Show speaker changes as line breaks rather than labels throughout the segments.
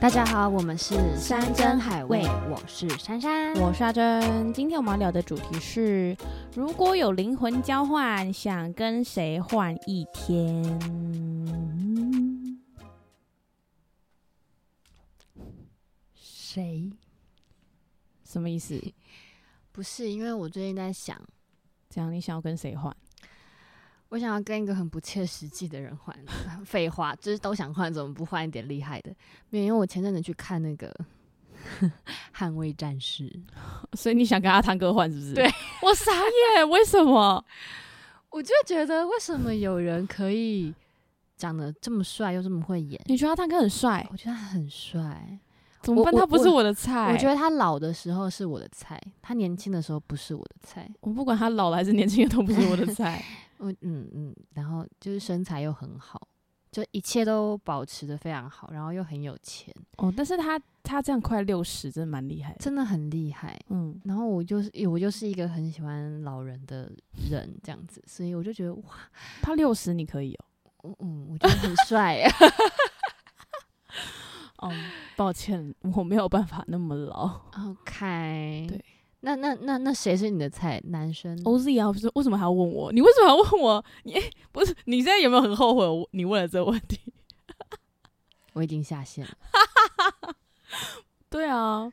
大家好，我们是
山珍海味
我是珊珊，
我是阿珍，今天我们要聊的主题是：如果有灵魂交换，想跟谁换一天？
谁？
什么意思？
不是，因为我最近在想，
这样你想要跟谁换？
我想要跟一个很不切实际的人换。 废话，就是都想换，怎么不换一点厉害的？没有，因为我前阵子去看那个 《捍卫战士》，
所以你想跟阿汤哥换是不是？
对，
我傻眼，为什么？
我就觉得为什么有人可以长得这么帅又这么会演？
你觉得阿汤哥很帅？
我觉得他很帅，
怎么办？
我
他不是我的菜。
我觉得他老的时候是我的菜，他年轻的时候不是我的菜。
我不管他老了还是年轻的都不是我的菜。
我嗯嗯，然后就是身材又很好，就一切都保持的非常好，然后又很有钱，
哦，但是他他这样快六十，真的蛮厉害的。
真的很厉害。
嗯，
然后我就是我就是一个很喜欢老人的人这样子，所以我就觉得哇，
他六十你可以哦。
嗯嗯，我觉得 很帅啊耶。
哦，抱歉，我没有办法那么老。
OK，
对，
那那那那谁是你的菜？男生？
OZ 啊，不是为什么还要问我？你为什么还要问我？你、哎不是你现在有没有很后悔我你问了这个问题？
我已经下线了。
对啊，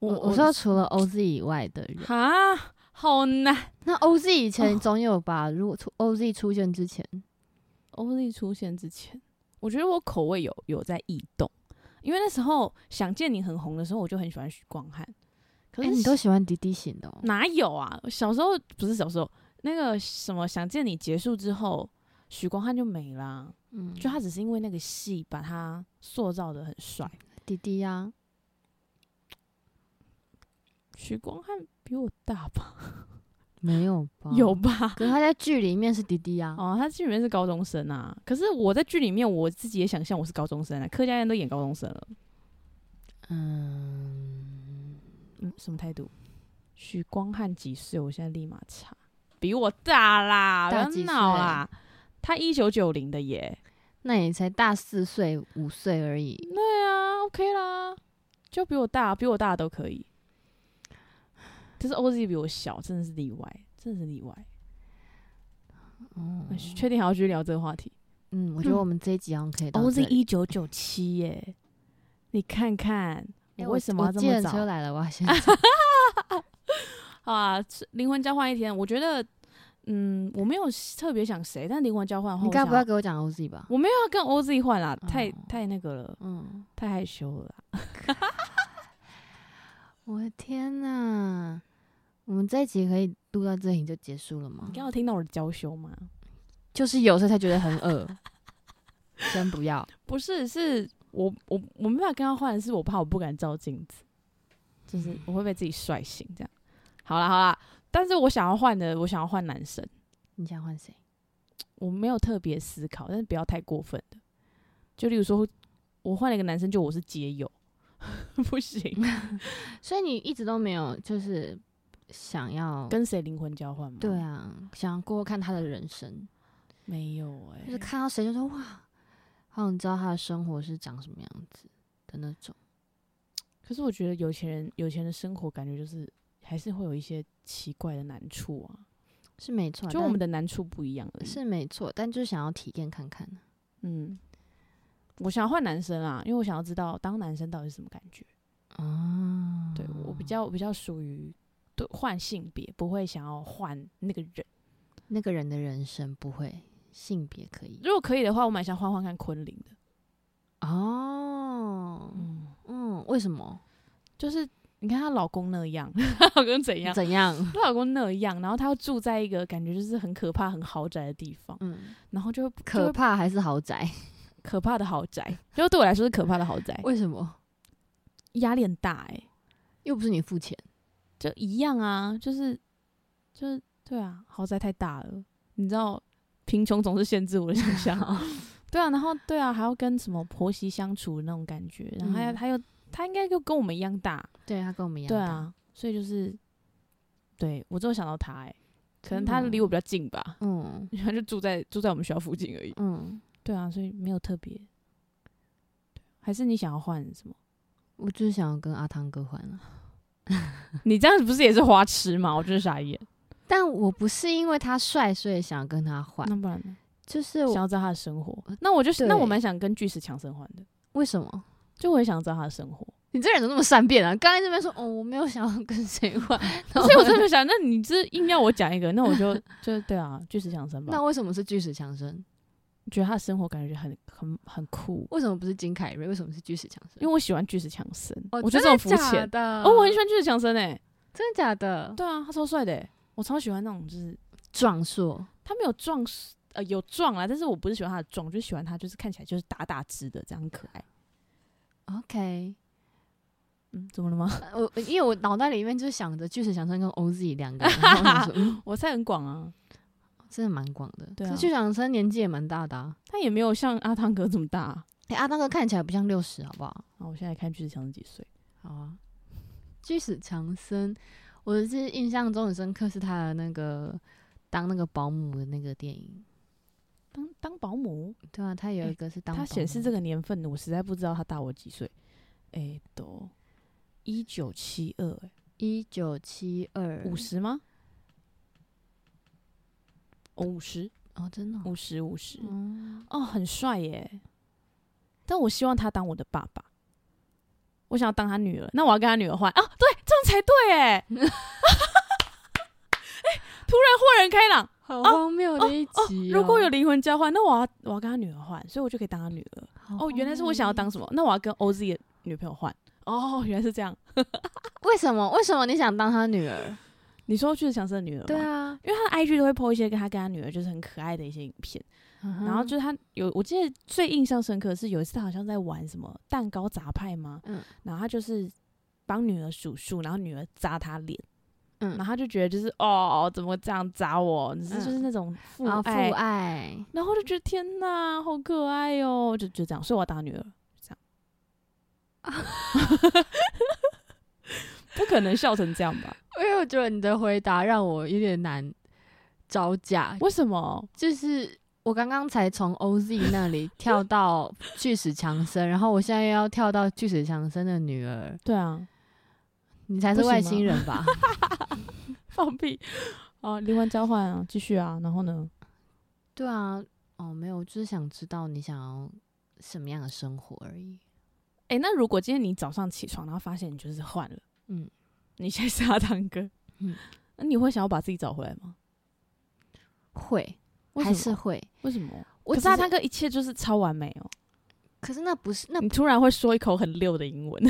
我我说除了 OZ 以外的人，
哈，好难。
那 OZ 以前
哦
总有吧？如果出 OZ 出现之前，
OZ 出现之前，我觉得我口味有有在异动，因为那时候《想见你》很红的时候，我就很喜欢许光汉。可
哎、
是、
你都喜欢滴滴型的、哦？
哪有啊？小时候不是小时候，那个什么《想见你》结束之后，许光汉就没啦。
嗯，
就他只是因为那个戏把他塑造的很帅。
滴滴呀、
许光汉比我大吧？
没有吧？
有 吧？
可是他在剧里面是迪迪啊，
哦，他剧里面是高中生啊，可是我在剧里面我自己也想象我是高中生啊，客家人都演高中生了，
嗯，
嗯，什么态度？许光汉几岁？我现在立马查，比我大啦，
大
不
几
要闹啦，他一九九零的耶，
那也才大四岁五岁而已，
对啊，OK 啦，就比我大，比我大的都可以，就是 OZ 比我小，真的是例外，真的是例外。嗯哎
哦，
确定还要继续聊这个话题
嗯，我觉得我们这一集好像可以到这
？OZ
里。
哦一九九七耶，你看看
哎
我为什么
我
要这
计
么
程
早？
车来了，我 要先
好啊，是灵魂交换一天，我觉得，嗯，我没有特别想谁，但灵魂交换后，
你该不
我
要
想
给我讲 OZ 吧？
我没有要跟 OZ 换啦，太
哦
太那个了，
嗯，
太害羞了啦。
我的天哪，我们这一集可以录到这里就结束了吗
你？刚刚有听到我的娇羞吗？
就是有时候才觉得很恶， 先不要。
不是，是我我我没办法跟他换，是我怕我不敢照镜子，就是我会被自己帅醒这样。好啦好啦，但是我想要换的，我想要换男生，
你想换谁？
我没有特别思考，但是不要太过分的。就例如说，我换了一个男生，就我是街友， 不行，哦
所以你一直都没有就是想要
跟谁灵魂交换吗？
对啊，想过看他的人生。
没有哎、
就是看到谁就说哇，好想知道他的生活是长什么样子的那种。
可是我觉得有钱人有钱人的生活感觉就是还是会有一些奇怪的难处啊，
是没错啊，
就我
但
们的难处不一样而已。
是没错，但就是想要体验看啊看。
嗯，我想要换男生啊，因为我想要知道当男生到底是什么感觉。
哦，
对我比较我比较属于对换性别，不会想要换那个人。
那个人的人生不会，性别可以
如果可以的话，我蛮想换换看昆凌的。
哦，
嗯，
嗯，为什么？
就是你看她老公那样， 她老公怎样？
怎样？
她老公那样，然后她要住在一个感觉就是很可怕、很豪宅的地方，
嗯，
然后就会就
可
会
怕还是豪宅？
可怕的豪宅，就对我来说是可怕的豪宅，
为什么？
压力很大哎、
又不是你付钱，
就一样啊，就是就是对啊，豪宅太大了，你知道，贫穷总是限制我的 想象。对啊，然后对啊，还要跟什么婆媳相处那种感觉，然后还有
嗯
还有他应该就跟我们一样大，
对他跟我们一样。
对，啊，所以就是对我只有想到他、欸，可
真
能
的
他
哦
离我比较近吧，
嗯
他就住在住在我们学校附近而已。
嗯，
对啊，所以没有特别。对还是你想要换什么？
我就是想要跟阿汤哥换啊了，
你这样子不是也是花痴吗？我就是傻眼。
但我不是因为他帅所以想要跟他换，
那不然呢？
就是
嗯想
我
要知道他的生活，那我就是那
对
我蛮想跟巨石强森换的，
为什么？
就我也想知道他的生活。
你这人怎么那么善变啊？刚才这边说哦，我没有想要跟谁换，然后
所以我 真的想，那你这硬要我讲一个，那我就 就对啊，巨石强森吧。
那为什么是巨石强森？
我觉得他的生活感觉很很很酷，
为什么不是金凯瑞？为什么是巨石强森？
因为我喜欢巨石强森，
哦
我觉得这种
真
肤
的假
浅。
的
哦，我很喜欢巨石强森诶，
真的假的？
对啊，他超帅的欸，我超喜欢那种就是
壮硕，
他没有壮，呃，有壮啦，但是我不是喜欢他的壮，就是喜欢他就是看起来就是大大只的这样很可爱。
OK，
嗯，怎么了吗？
呃我因为我脑袋里面就想着巨石强森跟 OZ 两个人，然后我想说、嗯、
我猜很广啊，
真的蛮广的。
对啊
可是巨石强森年纪也蛮大的啊。
他也没有像阿汤哥这么大、啊。
哎、阿当哥看起来不像六十，好不好？
好，我现在看巨石强森几岁？
好啊。巨石强森，我是印象中很深刻是他的那个当那个保姆的那个电影，
当当保姆，
对啊，他有一个是当、
哎他显示这
个，
个年份，我实在不知道他大我几岁。哎、都一九七二，欸
一九七二
五十吗？哦，五十，
哦，真的、哦，
五十，五十。
嗯
哦，很帅耶！但我希望他当我的爸爸，我想要当他女儿，那我要跟他女儿换啊，对，这样才 对哎！哎、突然豁然开朗，哦
好荒谬的一集、哦
如果有灵魂交换，那我要我要跟他女儿换，所以我就可以当他女儿。哦，原来是我想要当什么？那我要跟 OZ 的女朋友换。哦，原来是这样。
为什么？为什么你想当他女儿？
你说巨石强森的女儿吗？
对，啊，
因为他的 IG 都会 po 一些跟他跟他女儿就是很可爱的一些影片。然
然
后就是他有，我记得最印象深刻的是有一次他好像在玩什么蛋糕砸派吗？
嗯
然后他就是帮女儿数数，然后女儿砸他脸，
嗯
然后他就觉得就是哦，怎么这样砸我？你是
嗯
就是那种父
啊父
爱，
爱，
然后就觉得天哪，好可爱哦，就就这样，所以我要打女儿，这样， 不可能笑成这样 吧？
因为我觉得你的回答让我有点难招架，
为什么？
就是我刚刚才从 OZ 那 里跳到巨石强森，然后我现在又要跳到巨石强森的女儿，
对啊，
你才
不
是
行
外
吗
星人吧？
放屁哦，灵魂交换啊，继续啊，然后呢？
对啊，哦，没有，我就是想知道你想要什么样的生活而已。
哎、那如果今天你早上起床，然后发现你就是换了，
嗯，
你现在是阿汤哥，
嗯，
那你会想要把自己找回来吗？
会
为
还
什
是
么
会？
为什么？
我
可
只
是阿汤哥一切就是超完美哦、
可是那不是那
你突然会说一口很溜的英文，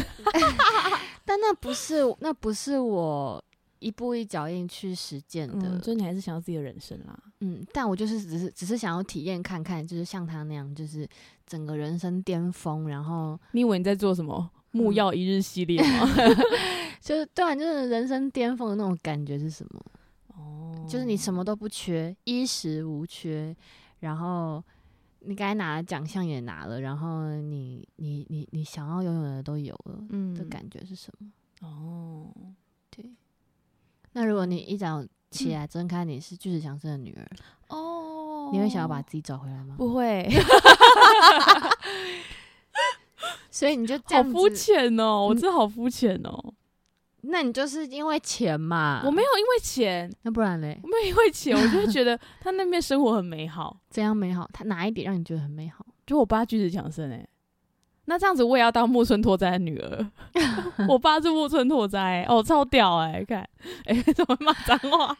但那不是那不是我一步一脚印去实践的，
嗯，所以你还是想要自己的人生啦。
嗯，但我就是只是只是想要体验看看，就是像他那样，就是整个人生巅峰，然后
你以为你在做什么木
嗯
曜一日系列 吗？
就是对啊，就是人生巅峰的那种感觉是什么？
哦
就是你什
么？
么都不缺，衣食无缺，然后你该拿的奖项也拿了，然后你你你你想要拥有的都有了，
嗯
的感觉是什么？
哦，
对。那如果你一早
嗯
起来睁开你是巨石强森的女儿，
哦
你会想要把自己找回来吗？
不会，
所以你 就这
好
样
肤
子嗯
浅哦，我真的好肤浅哦，
那你就是因为钱嘛？
我没有因为钱，
那不然嘞
我，没有因为钱，我就会觉得 他那边生活很美好。
怎样美好？他哪一点让你觉得很美好？
就我爸巨石强森哎、那这样子我也要当木村拓哉的女儿。 我爸是木村拓哉欸、哦，超屌哎、看 哎、怎么骂脏话？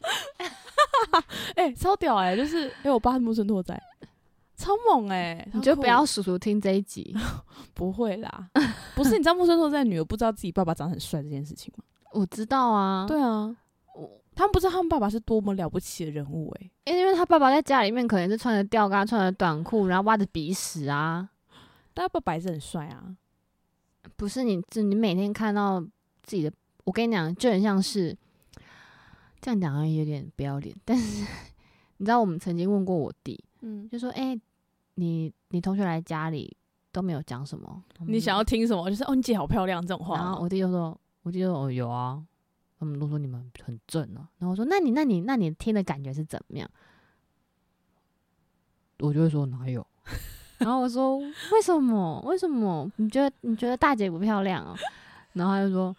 哎、超屌哎、就是哎、我爸是木村拓哉，超猛哎、
你
超
就
酷
不要数数听这一 集，
不会啦，不是你知道木村拓哉的女儿不知道自己爸爸长得很帅这件事情吗？
我知道啊。，
对啊，
我
他们不知道他们爸爸是多么了不起的人物哎、
因为他爸爸在家里面可能是穿着吊嘎、穿着短裤，然后挖着鼻屎啊。
但他爸爸也是很帅啊，
不是你，这你每天看到自己的，我跟你讲，就很像是这样讲，好像有点不要脸。但是你知道，我们曾经问过我弟，
嗯，
就说：“哎、你你同学来家里都没有讲什么？
你想
要？”
要听什么？就是哦，你姐好漂亮这种话
然
吗，
后我弟就说，我弟就说哦有啊，他们都说你们很正啊。然后我说那你那你那你听的感觉是怎么样？我就会说哪有，然后我说为什么？为什么？你觉得你觉得大姐不漂亮哦？然后他就说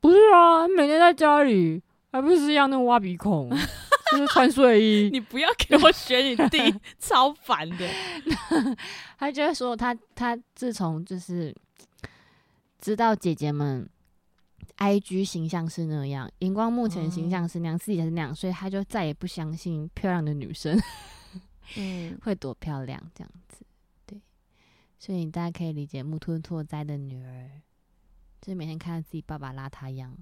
不是啊，每天在家里还不是一样那种挖鼻孔，就是穿睡衣。
你不要给我学你弟，超烦 的。
他就会说他他自从就是知道姐姐们 I G 形象是那样，荧光幕前形
哦
象是那样，自己也是那样，所以他就再也不相信漂亮的女生
嗯，
会多漂亮这样子。对，所以大家可以理解木村拓哉的女儿，就是每天看到自己爸爸邋遢一样。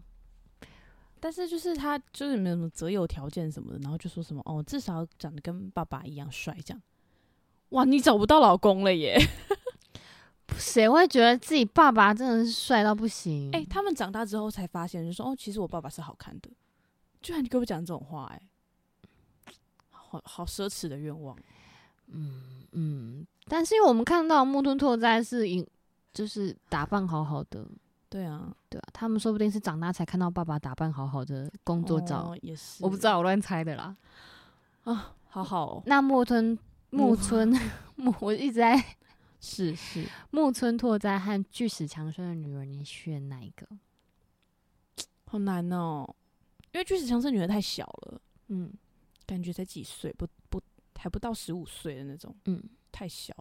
但是就是他就是没有什么择友条件什么的，然后就说什么哦，至少长得跟爸爸一样帅这样。哇，你找不到老公了耶！
嗯谁会觉得自己爸爸真的是帅到不行？
哎、他们长大之后才发现，就说哦，其实我爸爸是好看的。居然你跟我讲这种话、哎，好好奢侈的愿望。
嗯嗯，但是因为我们看到木村拓哉是影，就是打扮好好的，
对啊，
对啊，他们说不定是长大才看到爸爸打扮好好的工作照，
哦、也是，
我不知道，我乱猜的啦。
啊，好好、哦，
那木村木
木
村木，我一直在
是是，
木村拓哉和巨石强森的女儿，你选哪一个？
好难哦，因为巨石强森女儿太小了，
嗯
感觉才几岁，不不还不到十五岁的那种，
嗯
太小。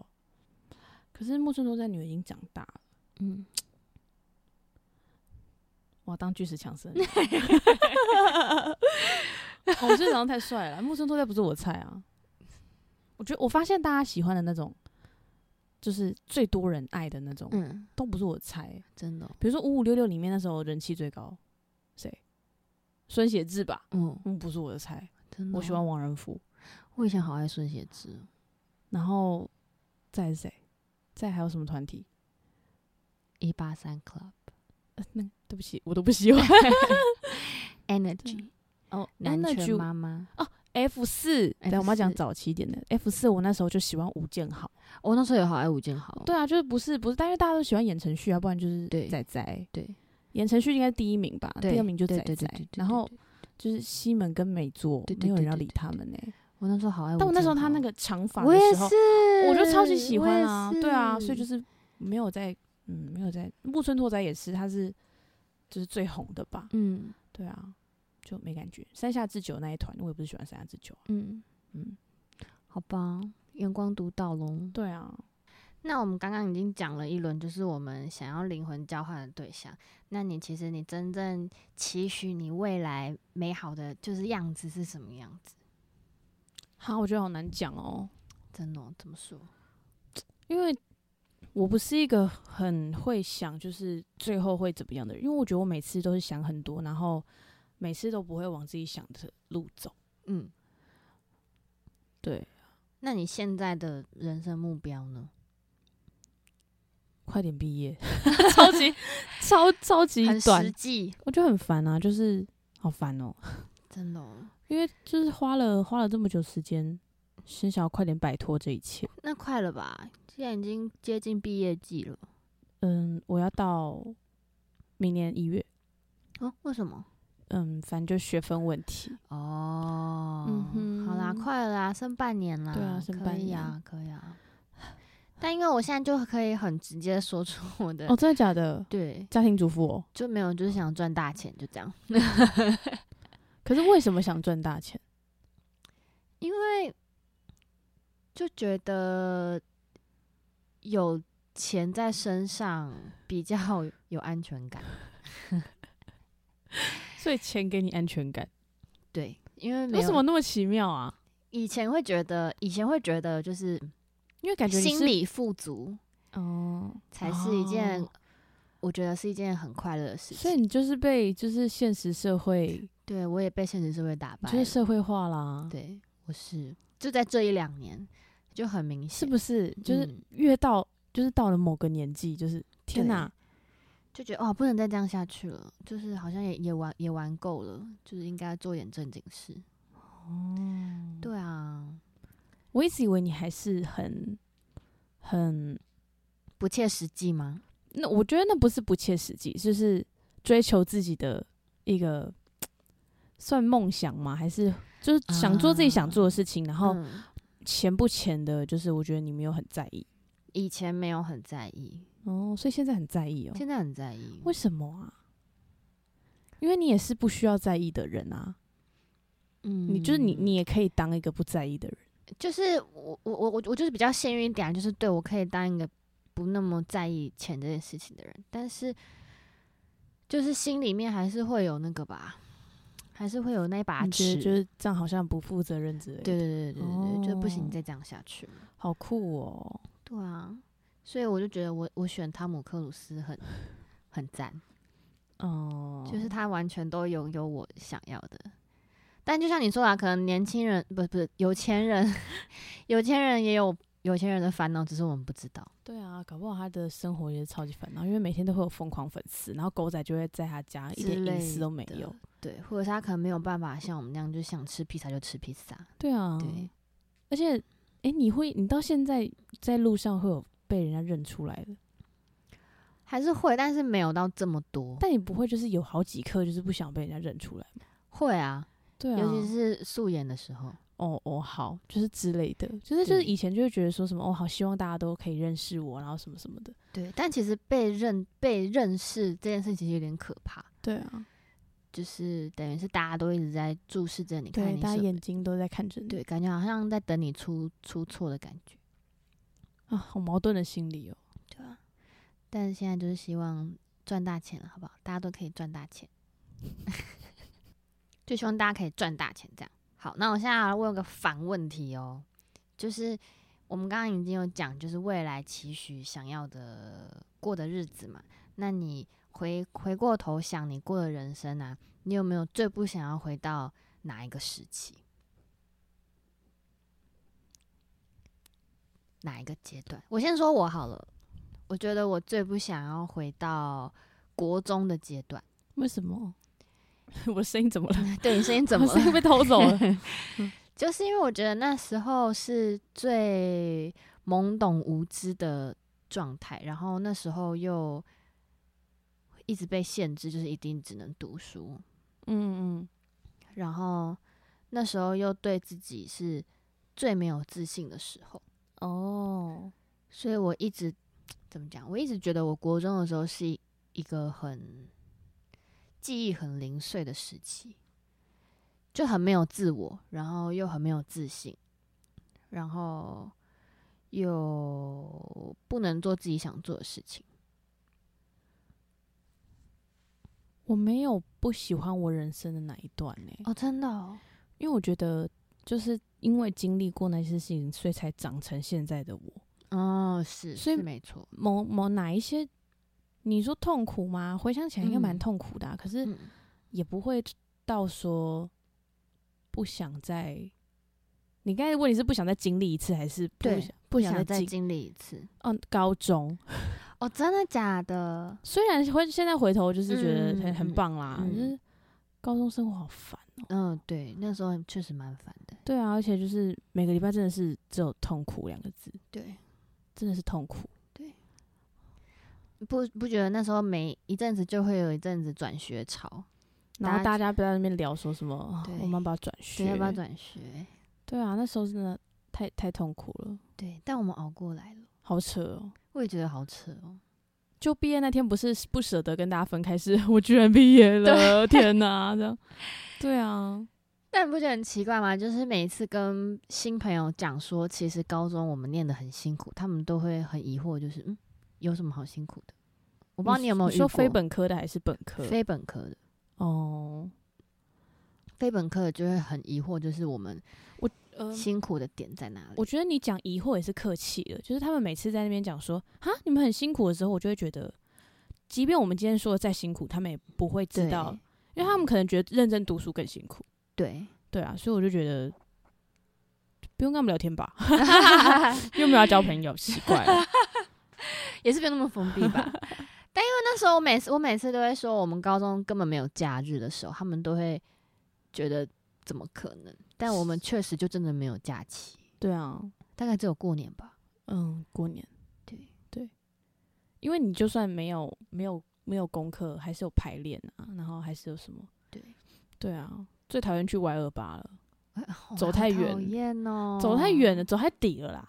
可是木村拓哉女儿已经长大了，
嗯，
我要当巨石强森。 哦我觉得长得太帅了，木村拓哉不是我菜啊。我觉得我发现大家喜欢的那种，就是最多人爱的那种，
嗯，
都不是我菜欸、
真的哦，
比如说五五六六里面那时候人气最高，谁？孙协志吧，
嗯，
嗯，不是我的菜，
真的哦、
我喜欢王仁甫。
我以前好爱孙协志哦，
然后再是谁？再还有什么团体？
一八三 Club
呃那个对不起，我都不喜欢。
Energy
哦，
南
那
拳
就
妈妈，
F 四，等一下我们要
F4
讲早期一点的 F 四。我那时候就喜欢吴建豪。
我那时候也好爱吴建豪哦，
对啊，就是不是不是，但是大家都喜欢言承旭啊，不然就是
对
仔仔。
对
言承旭应该是第一名吧，
对，
啊第二名就仔
对对对对
仔
对，
然
对
后
对
就是西门跟美作
对，对
没有
对
人要
对
理
对
他们欸呢。
我那时候好爱吴建豪，
但我那时候他那个长发
我
的
也
时候，
是，
我就超级喜欢啊，
我也
对啊，所以就是是没有在，嗯，没有在木村拓哉也是，他是就是最红的吧，
嗯
对啊，就没感觉。山下智久那一团，我也不是喜欢山下智久啊，
嗯。
嗯，
好吧，阳光独到喽。
对啊，
那我们刚刚已经讲了一轮，就是我们想要灵魂交换的对象。那你其实你真正期许你未来美好的就是样子是什么样子？
好，我觉得好难讲哦，
真的哦、怎么说？
因为我不是一个很会想就是最后会怎么样的人，因为我觉得我每次都是想很多，然后每次都不会往自己想的路走，
嗯，
对，
那你现在的人生目标呢？
快点毕业， 超级超超级
很
短
实际，
我就很烦啊，就是好烦哦、
真的、哦。
因为就是花了花了这么久时间，先想要快点摆脱这一切。
那快了吧？现在已经接近毕业季了
嗯，我要到明年一月，
哦？为什么？
嗯，反正就学分问题。
哦，
嗯哼
好啦，快了啦，剩半年啦，
对啊剩半
可以啊，可以啊。但因为我现在就可以很直接地说出我的，
哦，真的假的？
对，
家庭主妇哦，
就没有就是想赚大钱，就这样。
可是为什么想赚大钱？
因为就觉得有钱在身上比较有安全 感，
所以钱给你安全感，
对，因为没
为
有
什么那么奇妙啊？
以前会觉得，以前会觉得就是
因为感觉你
心
是
理富足
哦，
才是一件，
哦
我觉得是一件很快乐的事情。
所以你就是被就是现实社会，
对我也被现实社会打败
就是
了，
社会化啦，
对，我是就在这一两年就很明显，
是不是？就是
嗯
越到就是到了某个年纪，就是天哪，
就觉得哦哇，不能再这样下去了，就是好像也也玩也玩够了，就是应该做点正经事。
哦，
对啊，
我一直以为你还是很很，
不切实际吗？
那我觉得那不是不切实际，就是追求自己的一个算梦想吗？还是就是想做自己想做的事情，然后
嗯
钱不钱的，就是我觉得你没有很在意
以前没有很在意，
哦，所以现在很在意哦。
现在很在意。
为什么啊？因为你也是不需要在意的人啊，
嗯
你就是你，你也可以当一个不在意的人。
就是我我我我我就是比较幸运一点，啊就是对我可以当一个不那么在意钱这件事情的人，但是就是心里面还是会有那个吧，还是会有那把
你觉
尺
得。就是这样，好像不负责任之类的。
对，对对对对对，就不行，
哦
再这样下去了。
好酷哦！
对啊，所以我就觉得我我选汤姆克鲁斯 很很赞，
哦，
就是他完全都拥有我想要的。但就像你说啊，可能年轻人不不是有钱人， 有钱人也有有钱人的烦恼，只是我们不知道。
对啊，搞不好他的生活也是超级烦恼，因为每天都会有疯狂粉丝，然后狗仔就会在他家一
之
点隐
类
私都没
的
有。
对，或者是他可能没有办法像我们那样，就想吃披萨就吃披萨。
对啊，
对，
而且，哎、你会，你到现在在路上会有被人家认出来的，
还是会，但是没有到这么多。
但你不会就是有好几刻就是不想被人家认出来吗？
会啊，
对啊，
尤其是素颜的时候。
哦哦好，就是之类的，就是就
对
是以前就会觉得说什么哦好，希望大家都可以认识我，然后什么什么的。
对，但其实被认被认识这件事其实有点可怕，
对啊，
就是等于是大家都一直在注视着你，看
对，啊
你
大家
什么
眼睛都在看着你，
对，感觉好像在等你出出错的感觉。
啊，好矛盾的心理哦。
对啊，但是现在就是希望赚大钱了，好不好？大家都可以赚大钱， 就希望大家可以赚大钱这样。好，那我现在要问个反问题哦，就是我们刚刚已经有讲，就是未来期许想要的过的日子嘛。那你回回过头想你过的人生啊，你有没有最不想要回到哪一个时期？哪一个阶段？我先说我好了，我觉得我最不想要回到国中的阶段。
为什么？ 我的声音怎么了？
对你声音怎么
我 声音
了？
被偷走了？
就是因为我觉得那时候是最懵懂无知的状态，然后那时候又一直被限制，就是一定只能读书，
嗯嗯，
然后那时候又对自己是最没有自信的时候，
哦，
所以我一直怎么讲？我一直觉得我国中的时候是一一个很记忆很零碎的时期，就很没有自我，然后又很没有自信，然后又不能做自己想做的事情。
我没有不喜欢我人生的哪一段呢、
哦，真的、哦，
因为我觉得就是因为经历过那些事情，所以才长成现在的我。
哦，是，
所以
是没错。
某某哪一些，你说痛苦吗？回想起来应该蛮
嗯
痛苦的啊、可是
嗯，
也不会到说不想再。你刚才问你是不想再经历一次，还是不
对
想，
不
想
想
再
再经历一次。
嗯、高中？
哦，真的假的？
虽然会现在回头就是觉得
嗯
很、很
嗯
棒啦，
嗯
就是高中生活好烦哦、
嗯，对，那时候确实蛮烦的。
对啊，而且就是每个礼拜真的是只有痛苦两个字，
对，
真的是痛苦。
不不觉得那时候每一阵子就会有一阵子转学潮，
然后
大
大家不要在那边聊说什么，啊
对
我们要不要转学？
谁要不要？转学？
对啊，那时候真的太太痛苦了，
对，但我们熬过来了，
好扯哦。
我也觉得好扯哦。
就毕业那天不是不舍得跟大家分开，是我居然毕业了，天 哪！这样，对啊，
但你不觉得很奇怪吗？就是每一次跟新朋友讲说，其实高中我们念的很辛苦，他们都会很疑惑，就是嗯，有什么好辛苦的？我
我
不知道你有没有遇
说
过
非本科的还是本科？
非本科的，
哦，
非本科的就会很疑惑，就是我们
呃，
辛苦的点在哪里？
我觉得你讲疑惑也是客气的，就是他们每次在那边讲说啊，你们很辛苦的时候，我就会觉得，即便我们今天说的再辛苦，他们也不会知
对
道，因为他们可能觉得认真读书更辛苦。
对，
对啊，所以我就觉得不用跟他们聊天吧， 又没有要交朋友，奇怪 了。
也是不用那么封闭 吧。但因为那时候我每次我每次都会说，我们高中根本没有假日的时候，他们都会觉得怎么可能？但我们确实就真的没有假期，
对啊，
大概只有过年吧。
嗯，过年，
对
对，因为你就算没有没有没有功课，还是有排练啊，然后还是有什么，
对
对啊，最讨厌去 Y 二八了。走太远
哎好讨厌哦，
走太远了，。走太底了啦。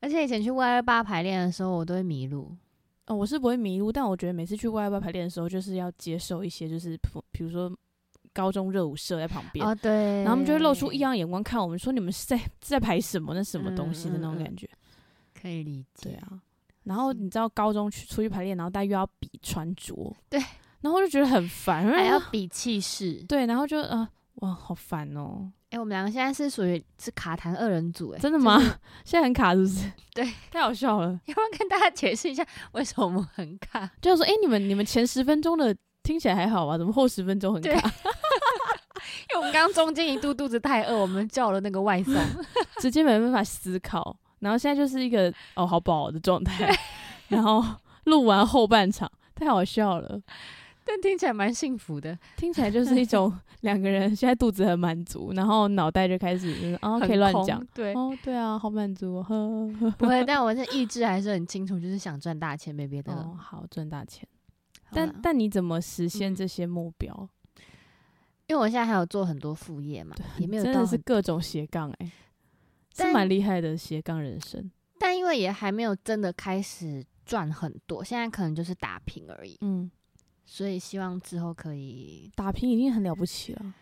而且以前去 Y 二八排练的时候，我都会迷路。
哦，我是不会迷路，但我觉得每次去外外排练的时候，就是要接受一些，就是普比如说高中热舞社在旁边，
哦，对，
然后他们就会露出异样的眼光看我们，说你们是在在排什么那什么东西的
嗯
那
嗯
种
嗯
感觉。
可以理解。
对啊，然后
是
你知道高中去出去排练，然后大家又要比穿着，
对，
然后我就觉得很烦，
还
然
要
后
比气势。
嗯对，然后就啊、哇，好烦哦，
哎、我们两个现在是属于是卡弹二人组、哎，
真的吗？ 现在很卡是不是？
对，
太好笑了。
要不要跟大家解释一下为什么我们很卡？
就是说，哎、你们你们前十分钟的听起来还好啊，怎么后十分钟很
对
卡？
因为我们刚刚中间一度肚子太饿，我们叫了那个外 送。
直接没办法思考。然后现在就是一个哦好饱的状态，然后录完后半场太好笑了，
但听起来蛮幸福的，
听起来就是 一种两个人现在肚子很满足，然后脑袋就开始就是啊、
很
可以乱
空
讲。
对，
哦，对啊，好满足哦，呵呵呵。
不会，但我的意志还是很清楚，就是想赚大钱，没别的了。
哦，好赚大钱，
啊好
但
啦
但你怎么实现
嗯
这些目标？
因为我现在还有做很多副业嘛，也没有
真
到
的是
很，
各种斜杠哎、
但
是蛮厉害的斜杠人生。
但因为也还没有真的开始赚很多，现在可能就是打平而已，
嗯，
所以希望之后可以
打拼已经很了不起了。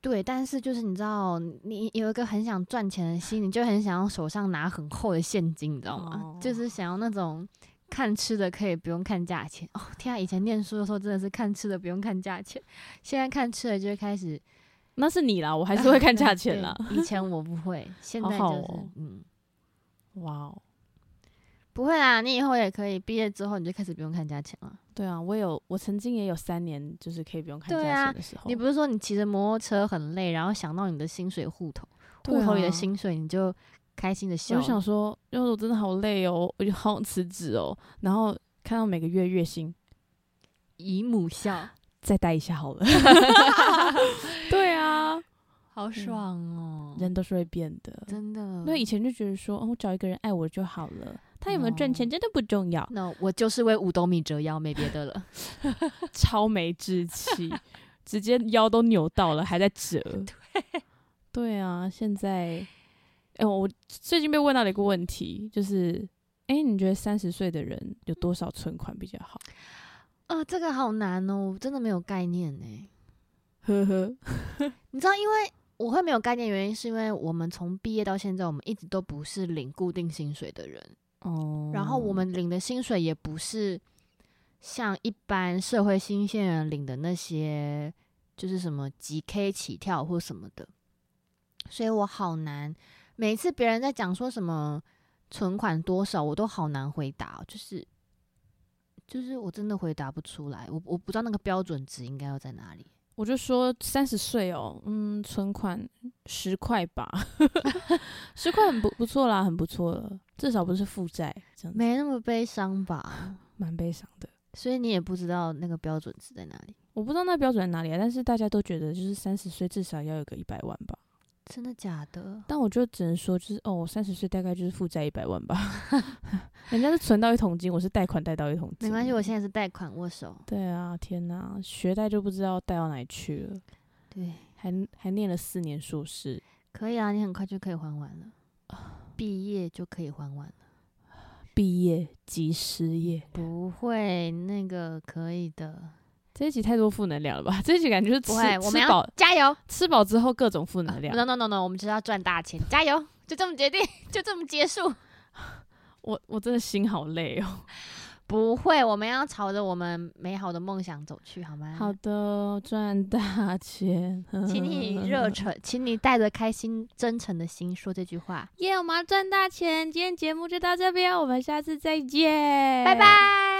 对，但是就是你知道，你有一个很想赚钱的心，你就很想要手上拿很厚的现金，你知道吗？
哦
就是想要那种看吃的可以不用看价钱。哦，天啊！以前念书的时候真的是看吃的不用看价钱，现在看吃的就会开始
那是你啦，我 还是会看价钱啦。
对以前我不会，现在就是
好好哦
嗯，
哇哦，
不会啦。你以后也可以毕业之后你就开始不用看价钱了。
对啊，我有，我曾经也有三年就是可以不用看
对
价
啊
钱的时候。
你不是说你骑着摩托车很累，然后想到你的薪水户头，
对
户头里的
啊
薪水你就开心的笑
我
了。
就想说，因为我真的好累哦，我就 好想辞职哦。然后看到每个月月薪，
姨母笑。
再待一下好 了。对啊，
好爽哦！
人都是会变的。
真的，
那以前就觉得说，哦，我找一个人爱我就好了，他有没有赚
哦
钱真的不重要，
那我就是为五斗米折腰，没别的 了。
超没志气，直接腰都扭到了，还在折。 对，对啊，现在，哎、我最近被问到了一个问题，就是，哎、你觉得三十岁的人有多少存款比较好？
啊、这个好难哦，我真的没有概念呢。
呵呵，
你知道，因为我会没有概念，原因是因为我们从毕业到现在，我们一直都不是领固定薪水的人，
哦
然后我们领的薪水也不是像一般社会新鲜人领的那些，就是什么几 K 起跳或什么的，所以我好难。每一次别人在讲说什么存款多少，我都好难回答哦，就是就是我真的回答不出来，我我不知道那个标准值应该要在哪里。
我就说三十岁哦，嗯，存款十块吧， 十块很不不错啦，很不错了，至少不是负债，这样子
没那么悲伤吧？
蛮悲伤的。
所以你也不知道那个标准值在哪里，
我不知道那标准在哪里啊，但是大家都觉得就是三十岁至少要有个一百万吧。
真的假的？
但我就只能说，就是哦，我三十岁大概就是负债一百 万吧。人家是存到一桶金，我是贷款贷到一桶金。
没关系，我现在是贷款握手。
对啊，天哪，学贷就不知道贷到哪里去了，
对。
还还念了四年硕士，
可以啊，你很快就可以还完了，啊毕业就可以还完了。
毕业即失业。
不会，那个可以的，
这一集太多负能量了吧？这一集感觉是吃
不会，我们
吃
要啊
饱
加油。
吃饱之后各种负能量。
No no no no，我们就是要赚大钱，加油，就这么决定，就这么结束。
我我真的心好累哦。
不会，我们要朝着我们美好的梦想走去，好吗？
好，的，赚大钱，
请 你热忱，请你带着开心、真诚的心说这句话。
耶！我们要赚大钱。今天节目就到这边，我们下次再见，
拜。拜。